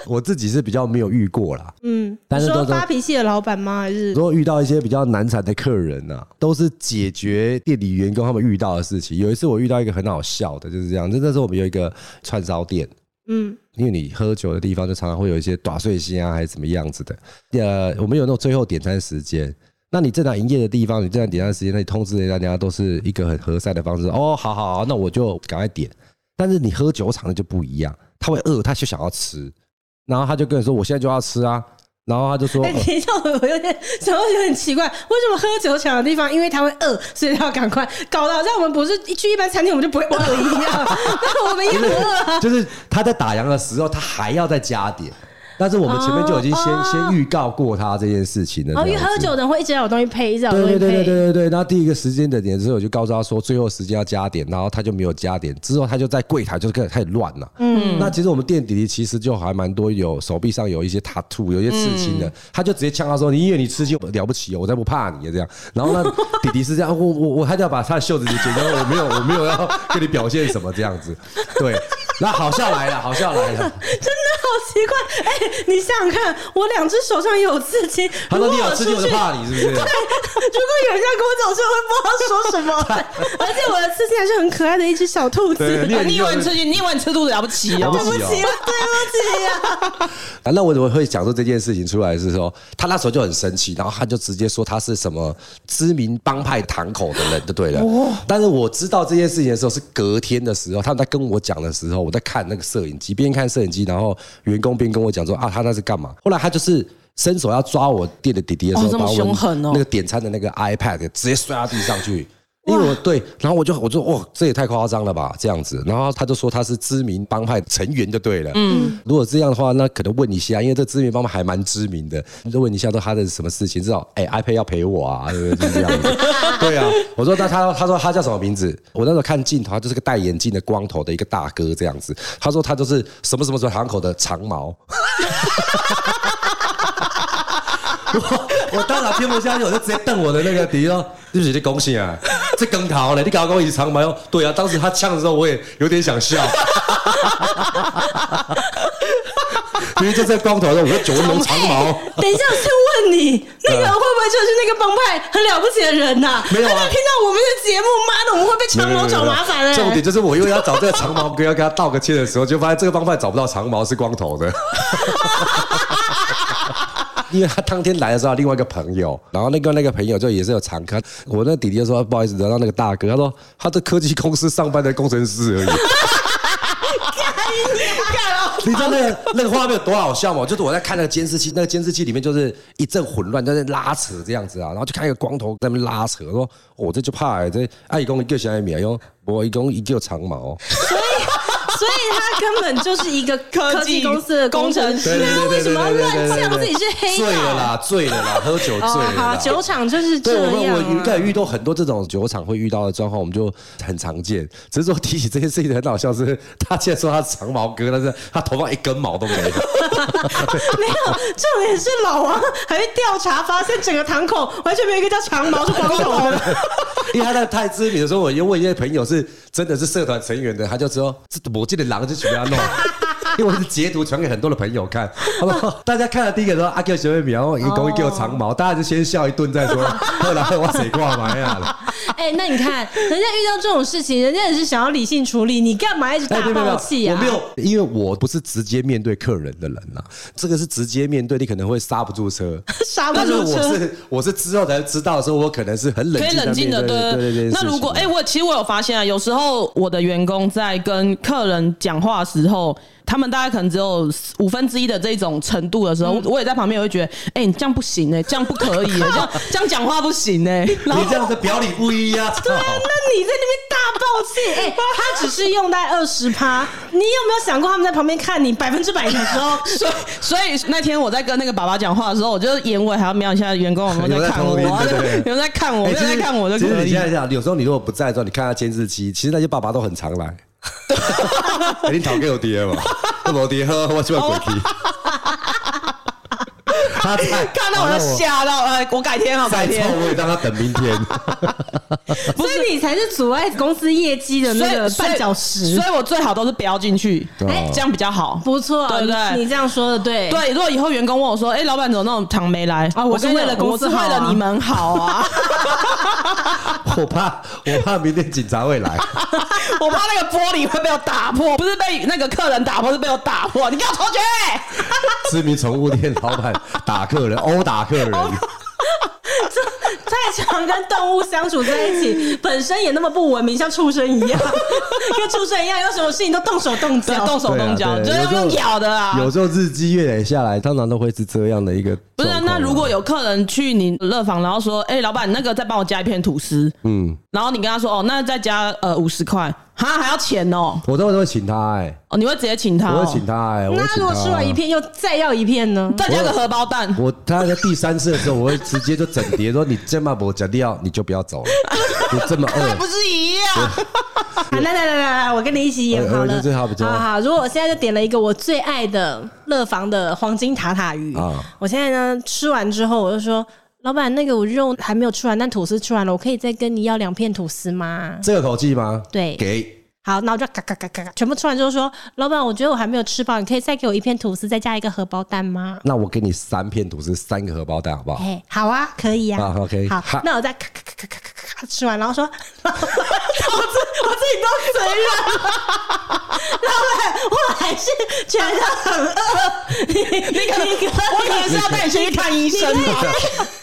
B: 我自己是比较没有遇过啦。嗯，但是
A: 你
B: 都
A: 说
B: 都
A: 发脾气的老板吗？还是
B: 如果遇到一些比较难缠的客人呐、啊，都是解决店里员工他们遇到的事情。有一次我遇到一个很好笑的，就是这样。就那时候我们有一个串烧店，
A: 嗯，
B: 因为你喝酒的地方就常常会有一些打碎心啊，还是怎么样子的。呃，
A: 嗯
B: 我们有那种最后点餐时间。那你正常营业的地方，你正常点餐时间，那你通知人家，人家都是一个很和善的方式。哦，好好好，那我就赶快点。但是你喝酒厂的就不一样，他会饿，他就想要吃，然后他就跟你说：“我现在就要吃啊。”然后他就说：“
A: 哎，
B: 呃
A: 等一下，我有点想到有点奇怪，为什么喝酒抢的地方，因为他会饿，所以要赶快搞得好像我们不是一去一般餐厅我们就不会饿 <laughs>
B: <laughs>
A: 一样，那我们也很饿啊。
B: 就是他在打烊的时候，他还要再加点。但是我们前面就已经先、
A: 哦
B: 先预告过他这件事情了。
A: 然哦后因为
B: 这样
A: 喝
B: 子
A: 酒的人会一直要有东西配，一直要有
B: 对
A: 东
B: 啊对
A: 西
B: 对对对
A: 配。
B: 对对。那第一个时间的点之后，我就告诉他说，最后时间要加点，然后他就没有加点，之后他就在柜台就是开始开始乱了。嗯，那其实我们店底其实就还蛮多有手臂上有一些 tattoo，有一些刺青的，他就直接呛他说：“你以为你刺青了不起哦，我才不怕你这样。”然后呢，弟弟是这样，我我我他就要把他的袖子解掉，我没有我没有要跟你表现什么这样子，对。那好笑来了，好笑来
A: <laughs>
B: 了。
A: 真的好奇怪，哎、你想想看，我两只手上也有刺青，
B: 他
A: 如
B: 说
A: 果
B: 你有
A: 我
B: 刺
A: 出
B: 青，我就
A: 去
B: 怕你，是不是？
A: <laughs> 如果有人这样跟我讲，所以我会不知道说
B: <laughs>
A: 什么。而且我的刺青还是很可爱的一只小兔子。
B: 对
A: 对
B: 你
C: 啊你以为你吃进，你以为你吃肚子了不起
B: 了
C: 哦
B: 不？
A: 不
B: 起
A: 起，
B: 哦
A: 对不起呀、
B: <laughs> 啊，那我怎么会讲出这件事情出来？是说他那时候就很生气，然后他就直接说他是什么知名帮派堂口的人就对了。
C: 哦
B: 但是我知道这件事情的时候是隔天的时候，他们在跟我讲的时候，我在看那个摄影机，边看摄影机，然后员工边跟我讲说啊，他那是干嘛？后来他就是。伸手要抓我店的弟弟的时
C: 哦
B: 候，
C: 这么
B: 把我
C: 凶狠哦
B: 那个点餐的那个 iPad 直接摔到地上去。因为我对，然后我就我就哇，这也太夸张了吧，这样子。然后他就说他是知名帮派成员就对了。嗯，如果这样的话，那可能问一下，因为这知名帮派还蛮知名的，就问一下说他的什么事情，至少哎，iPad 要陪我啊， <laughs> 对不对？就是这样子。对啊，我说那他他说他叫什么名字？我那时候看镜头，他就是个戴眼镜的光头的一个大哥这样子。他说他就是什么什么什么堂口的长毛。我我当场听不下去，我就直接瞪我的那个敌哦，对不起，你恭喜啊，这更逃嘞，你搞我以长毛哟。对啊，当时他呛的时候，我也有点想笑。 <laughs> 因为就在光头的时候，我说九纹龙长毛。
A: <laughs>
B: 嗯
A: 等一下，我先问你，那个人会不会就是那个帮派很了不起的人呐、
B: 没有啊
A: 他就听到我们的节目，妈的，我们会被长毛找麻烦的、欸
B: 重点就是我因为要找这个长毛哥要跟他道个歉的时候，就发现这个帮派找不到长毛是光头 <laughs> 的。因为他当天来的时候，另外一个朋友，然后那个那个朋友就也是有常客，我那弟弟就说不好意思惹到那个大哥，他说他在科技公司上班的工程师而已。 <laughs>
A: 哎啊
B: 你知道那个那个画面有多好笑吗？就是我在看那个监视器，那个监视器里面就是一阵混乱，在那拉扯这样子啊，然后就看一个光头在那边拉扯，说：“我、这就怕、欸、这啊，一共一个小米啊，哟，我一共一个长毛。
A: 所以，所以他根本就是一个科技公司的工 <laughs> 程”师，
B: 对对
A: 他
B: 对
A: 为
B: 对
A: 什
B: 对
A: 么要
B: 对对
A: 乱
B: 对
A: 呛自
B: 对
A: 己是黑
B: 醉了
A: 道？
B: 啦，醉了啦，喝酒醉
A: 哦
B: 了，
A: 好，
B: 啦。
A: 酒厂就是
B: 对，
A: 这
B: 我们
A: 样、
B: 我应该
A: 啊。
B: 有遇到很多这种酒厂会遇到的状况，我们就很常见。只是说提起这件事情很好笑是，他竟然说他是长毛哥，但是他头发一根毛都没有。 <laughs>
A: 没有，重点是老王
C: 哎
A: 还去调查，发现整个堂口完全没有一个叫长毛是光头
C: <laughs>
A: 的。
B: 因为他那个太知名的时候，我就问一些朋友是真的是社团成员的，他就说这我记得狼就全部要
A: <laughs>
B: 弄。因为我是截图传给很多的朋友看，好不
A: 哦
B: 好？大家看了第一个说阿 Q 学妹比，然后一公一 Q 长毛，大家就先笑一顿
A: <laughs>
B: 再说，后来我谁挂啊埋呀了？
A: 哎、那你看，人家遇到这种事情，人家也是想要理性处理，你干嘛一直
B: 哎，
A: 大
B: 对没有
A: 爆气啊？
B: 我没有，因为我不是直接面对客人的人呐、这个是直接面对，你可能会刹不住
C: <laughs>
B: 车。
A: 刹不
B: 但是
A: 住
B: 我
A: 车。
B: 是我是之后才知道的时候，我可能是很冷
C: 可以
B: 静地
C: 冷静的，
B: 面对对对对。
C: 那如果哎、我其实我有发现啊，有时候我的员工在跟客人讲话的时候，他们大概可能只有五分之一的这种程度的时候，
B: 嗯
C: 我也在旁边，我会觉得，哎、你这样不行哎、这样不可以、欸，这
B: <laughs>
C: 样这样讲话不行哎、然后
B: 你这样子表里不一
C: <laughs>
B: 呀、
A: 对啊，那你在那边大爆气，哎、他只是用在二十趴，你有没有想过他们在旁边看你百分之百的时候？
C: 所以所以那天我在跟那个爸爸讲话的时候，我就眼尾还要瞄一下员工有没有在看我，
B: 有在偷
C: 有
B: 听对
C: 没
B: 不对
C: <laughs> 有在看我，没有
B: 哎其实
C: 在看我就
B: 其实
C: 可
B: 你
C: 以
B: 现。在想，有时候你如果不在的时候，你看他监视器，其实那些爸爸都很常来。欸你讨给我爹嘛，我没爹喝，我去买
C: <laughs>
B: 鬼去。他在
C: 看到我就
B: 笑，
C: 吓到，哎，我改天好，改
B: 哦再
C: 天
B: 臭。我也让他等明天。
A: 所以你才是阻碍公司业绩的那个绊脚石
C: 所。以我最好都是不要进去，
B: 哎
C: 这样比较好。
A: 不错，
C: 对不对
A: 你你这样说的对。 <laughs>
C: 对，如果以后员工问我说：“哎、老板怎么那种糖没来？”
A: 啊我是
C: 跟你
A: 为了
C: 讲
A: 公
C: 我是
A: 司
C: 为
A: 好啊
C: 了你们好啊！
B: 我怕，我怕明天警察会来。
C: 我怕那个玻璃会被我打破，不是被那个客人打破，是被我打破。你给我出去！
B: 知名宠物店老板打客人，殴打客人。
A: 太常跟动物相处在一起， <laughs> 本身也那么不文明，像畜生一样， <laughs> 跟畜生一样，有什么事情都动手动
C: 对，
A: 脚，
C: 动手动脚，
B: 对啊对
C: 就是
B: 有时候
C: 用咬的啊。
B: 有时候日积月累下来，通常都会是这样的一个
C: 不
B: 状
C: 是啊、
B: 况。
C: 那那如果有客人去你乐坊，然后说：“哎、老板，那个再帮我加一片吐司。”嗯，然后你跟他说：“哦，那再加呃五十块，哈还要钱哦。
B: 我都会都会请他哎、”
C: 哦，你会直接请他、哦，
B: 我会请他哎、我会
A: 那他
B: 请
A: 如果吃完一片又再要一片呢？
C: 再加个荷包蛋。
B: 我他在第三次的时候，我会直接就整碟说：“你这么不讲料，你就不要走了，你这么
C: 那不
B: 饿。
C: 是一样？
A: <laughs> 啊，来来来来来，我跟你一起演
B: 哎哎
A: 好了。
B: 这最好比较
A: 好好，如果我现在就点了一个我最爱的乐坊的黄金塔塔鱼
B: 啊
A: 我现在呢吃完之后，我就说。老板，那个我肉还没有吃完，但吐司吃完了，我可以再跟你要两片吐司吗”？
B: 这个口气吗？
A: 对
B: 给
A: 好，那我就嘎嘎嘎嘎嘎，全部吃完之后说，老板，我觉得我还没有吃饱，你可以再给我一片吐司，再加一个荷包蛋吗？
B: 那我给你三片吐司，三个荷包蛋，好不好？
A: 哎、好啊，可以啊。
B: 啊，OK
A: 好
B: 好，
A: 那我再咔咔咔咔咔咔吃完，然后说，老板我自我自己都承认 <laughs> 了， <laughs> 老板，我还是觉得很饿。你你可你可以
C: 我可能是要带你先去看医生啊
A: 啊
C: 吧。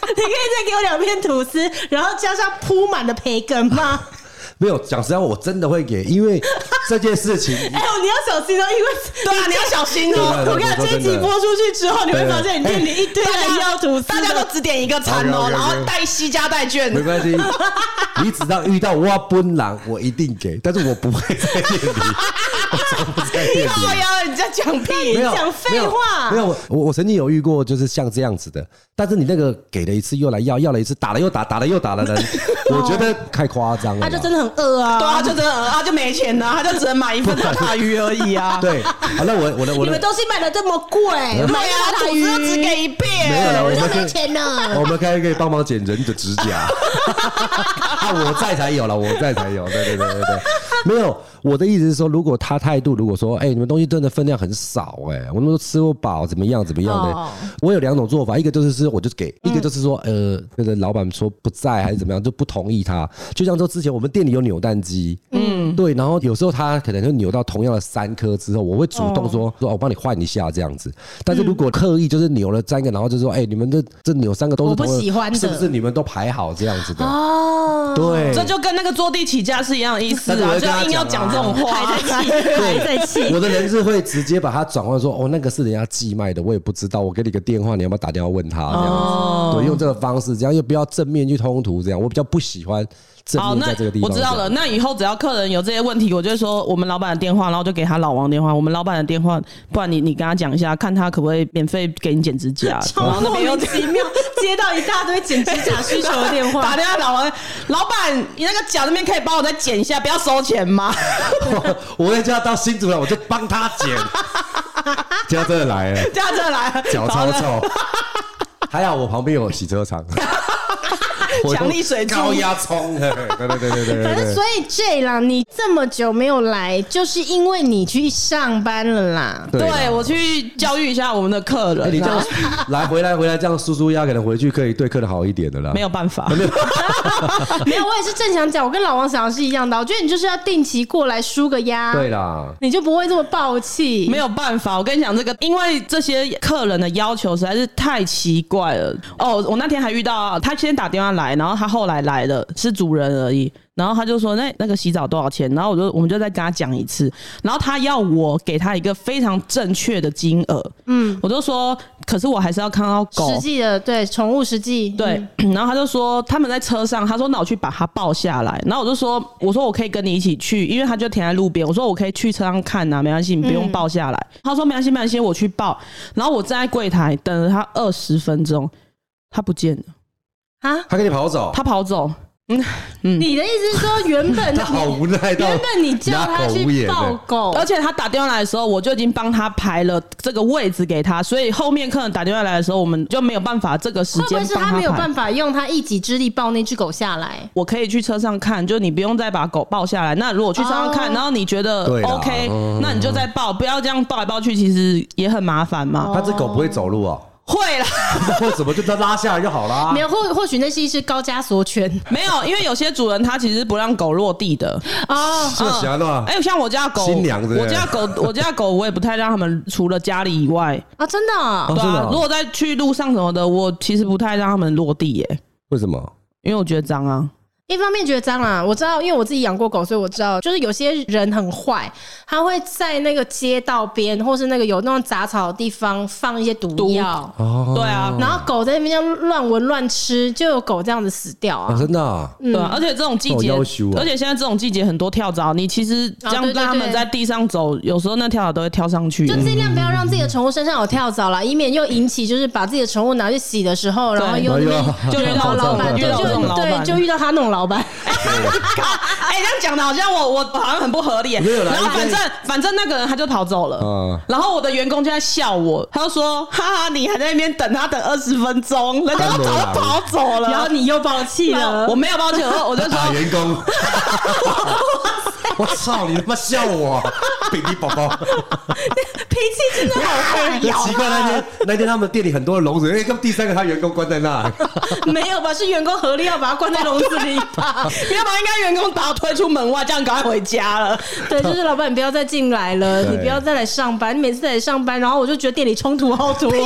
A: 你可以再给我两片吐司，然后加上铺满的培根吗？ <laughs>
B: 没有讲实在话，我真的会给，因为这件事情
A: 哎、呦，你要小心哦，因为
C: <laughs> 对啊，你要小心哦。
A: 我跟你讲，这一集播出去之后，你会发现你店里一堆人要吐司，
C: 啊大家都只点一个餐哦，
B: OK，OK，OK
C: 然后带西加带券
B: <laughs> 没。关系。你只要遇到挖奔狼，我一定给，但是我不会在店里，我从不在店里。
C: 靠
A: <laughs>
C: 呀，你在讲屁
B: 没？有
A: 讲废话
B: 没有没有我我我曾经有遇过，就是像这样子的，但是你那个给了一次又来要，要了一次打了又打，打了又打的人，我觉得太夸张了
A: <laughs>
B: 吧。
A: 他就真的很饿啊。
C: 对啊，就真的，他就没钱呐，他就只能买一份大塔鱼而已啊。
B: <laughs> 对，好，那我我的我
A: 你们
B: 的
A: 东西卖的这么贵，
C: 对
A: 买
C: 啊，
A: 塔
C: 吐
A: 鱼
C: 司只给一片，
B: 没有了，我
A: 我
B: 们
A: 就没
B: 可以
A: 钱了。
B: <laughs> 我们可以可以帮忙剪人的指甲，啊，我在才有了，我在才有，对对对对对，没有，我的意思是说，如果他态度如果说，哎、你们东西真的分量很少、哎，我们都吃不饱，怎么样怎么样的，
A: 哦
B: 我有两种做法，一个就是是我就给，一个就是说，呃，那个老板说不在还是怎么样，就不同意他，就像说之前我们店里有扭蛋机，嗯，对，然后有时候他可能就扭到同样的三颗之后，我会主动说、说，哦我帮你换一下这样子，
A: 嗯
B: 但是如果刻意就是扭了三个，然后就说，哎、你们这这扭三个都
A: 我
B: 是
A: 不
B: 同样
A: 喜欢的
B: 是不是你们都排好这样子的？
A: 哦，
B: 对，
C: 这就跟那个坐地起价是一样的意思
B: 但是我
C: 啊，
B: 会
C: 就
B: 跟他
C: 硬要
B: 讲
C: 讲
B: 啊
C: 这种话。
A: 还在气。
B: 我的人是会直接把它转换说，哦，那个是人家寄卖的，我也不知道，我给你个电话，你要不要打电话问他这样子？
C: 哦
B: 对，用这个方式，这样又不要正面去冲突，这样我比较不喜欢正
C: 好，
B: 面
C: 哦那
B: 在这个地
C: 我
B: 方。
C: 知道了。。那以后只要客人有这些问题，我就会说我们老板的电话，然后就给他老王电话，我们老板的电话，不然你你跟他讲一下，看他可不可以免费给你剪指甲。然
A: 超
C: 后那
A: 莫
C: 边又
A: 名其妙，接到一大堆剪指甲需求的电
C: <laughs> 打
A: 话，
C: 电话老王，老板，你那个脚那边可以帮我再剪一下，不要收钱吗？ <laughs>
B: <laughs> 我会叫他到新竹来，我就帮他
C: <laughs>
B: 剪，这样真的来了，
C: 这样子来，
B: 脚
C: 然后
B: 超
C: 呢
B: 臭。 <laughs> 还好我旁边有洗车
C: <laughs>
B: 场，我用
C: 强力水柱
B: 高压冲，嘿嘿对对对对对对
A: 反正
B: 对
A: 所。以 J 啦，你这么久没有来，就是因为你去上班了啦。
B: 对啦
C: 对我去教育一下我们的客
B: 哎，
C: 人
B: 你这样
C: 啊，
B: 来回来回来这样输输压，可能回去可以对客人好一点的啦。
C: 没有办
B: <laughs>
C: 法。
A: 没有，我也是正想讲，我跟老王想的是一样的。我觉得你就是要定期过来输个压，
B: 对啦，
A: 你就不会这么暴气。
C: 没有办法，我跟你讲这个，因为这些客人的要求实在是太奇怪了。哦，我那天还遇到啊他先打电话来，然后他后来来了是主人而已，然后他就说那那个洗澡多少钱？然后我就我们就再跟他讲一次，然后他要我给他一个非常正确的金额，嗯，我就说可是我还是要看到狗
A: 实。际的，对宠物实际，
C: 对，
A: 嗯
C: 然后他就说他们在车上，他说那我去把他抱下来，然后我就说我说我可以跟你一起去，因为他就停在路边，我说我可以去车上看呐、没关系，你不用抱下来。他说没关系没关系，我去抱。然后我站在柜台等了他二十分钟，他不见了，
A: 啊，
B: 他跟你跑走，
C: 他跑走。
A: 你的意思是说，原本
B: <laughs> 他好无奈到
A: 原本你叫他
B: 哑口无
A: 去
B: 言
A: 抱
B: 的
A: 狗，
C: 而且他打电话来的时候，我就已经帮他排了这个位置给他，所以后面客人打电话来的时候，我们就没有办法这个时
A: 会不
C: 间
A: 会是
C: 帮
A: 他没有
C: 排
A: 办法用他一己之力抱那只狗下来？
C: 我可以去车上看，就你不用再把狗抱下来。那如果去车上看，
A: 哦
C: 然后你觉得
B: 对啦嗯
C: OK，、那你就再抱，不要这样抱来抱去，其实也很麻烦嘛。
B: 他这狗不会走路哦，
C: 会啦，
B: <laughs> 或怎么就把它拉下来就好啦
A: 没。有，或或许那是一只高加索犬
C: 没有，因为有些主人他其实不让狗落地
B: <laughs>
C: 的。
A: 哦，
B: 这啥的啊
C: 哎、像我家的狗，
B: 新娘子
C: 我家的狗，我家的狗，我也不太让他们除了家里以外，
A: 啊，真的哦、
B: 哦
C: 对
B: 真的
C: 啊
B: 哦。
C: 如果在去路上什么的，我其实不太让他们落地耶、
B: 为什么？
C: 因为我觉得脏啊。
A: 一方面觉得蟑螂，我知道，因为我自己养过狗，所以我知道，就是有些人很坏，他会在那个街道边或是那个有那种杂草的地方放一些毒
C: 毒
A: 药，
B: 哦
C: 对啊，
A: 然后狗在那边这样乱闻乱吃，就有狗这样子死掉
B: 啊，
A: 啊。
B: 真的啊
C: 对啊，而且这种季
B: 这
C: 节，
B: 种要求啊
C: 而且现在这种季节很多跳蚤，你其实这
A: 啊
C: 样
A: 对对
C: 让他们
A: 对
C: 在地上走，有时候那跳蚤都会跳上去
A: 就。尽量不要让自己的宠物身上有跳蚤啦，以免又引起就是把自己的宠物拿去洗的时候，然后又
B: 对
C: 就
A: <laughs>
C: 遇到
A: 老老板
C: 遇到这种老板
A: 对，就遇到他那种老板， <laughs>
C: <laughs> 哎，这样讲的好像我我好像很不合理耶。
B: 没有啦
C: 然后反
B: 应该
C: 正反正那个人他就跑走了。
B: 啊，
C: 然后我的员工就在笑我，他就说：“哈哈，你还在那边等他等二十分钟，人家都早就跑走了。”
A: 然后你又爆气
C: 没有
A: 了。
C: 我没有抱歉，我我就
B: <laughs>
C: 说
D: 打员工。我操！你他妈笑我，比利宝宝。
A: 脾气真的
B: <laughs>
A: 好坏
B: 那奇怪那天那天他们店里很多笼子，哎，跟第三个他员工关在那，
A: 没有吧？是员工合力要把它关在笼子里
B: <laughs>
A: 吧？
C: 要不然应该员工把我推出门外，这样赶快回家了。
A: 对，就是老板，你不要再进来了，
B: 对
A: 你不要再来上班。你每次来上班，然后我就觉得店里冲突好多。
C: 对，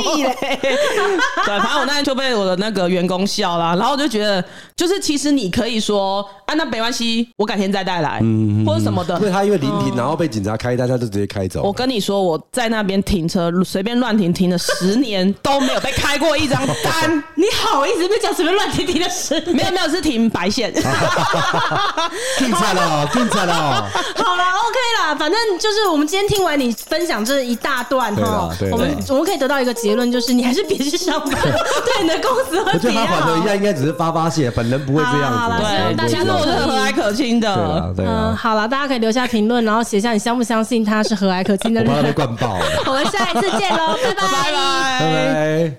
C: 反正我那天就被我的那个员工笑啦，然后我就觉得，就是其实你可以说啊，那没关系，我改天再带
B: 嗯
C: 来，或者什么的
B: 因。为他因为临停，然后被警察开单，他就直接开走。
C: 我跟你说，我在那边停车随便乱停，停了十年都没有被开过一张
A: <laughs>
C: 单，
A: <laughs> 你好意思被讲随便乱提提的事？ <laughs>
C: 没有没有是停白线。
B: 更惨了，更惨了。
A: 好啦 o、k 啦，反正就是我们今天听完你分享这一大段
B: 对啦啊
A: 哈
B: 对，啦
A: 我们我们可以得到一个结论，就是你还是别去上
B: <laughs>
A: 班，对你的公司会
B: 我觉
A: 比
B: 得
A: 较
B: 他缓和一
A: 好。
B: 下，应该只是发发泄，本人不会这
A: 好
B: 样
A: 啦好
B: 子。
A: 啦希望大
C: 对，
A: 家
C: 其实 <laughs> 我是和蔼可亲
B: 对啊啦
C: 的，。
B: 对
A: 嗯，
B: 啦，
A: 好了，大家可以留下评论，然后写下你相不相信他是和蔼可亲的 <laughs>
B: 我怕他被
A: 人。
B: 灌爆了。
A: 我们下一次见喽，拜
C: 拜
A: 拜。
B: 拜拜。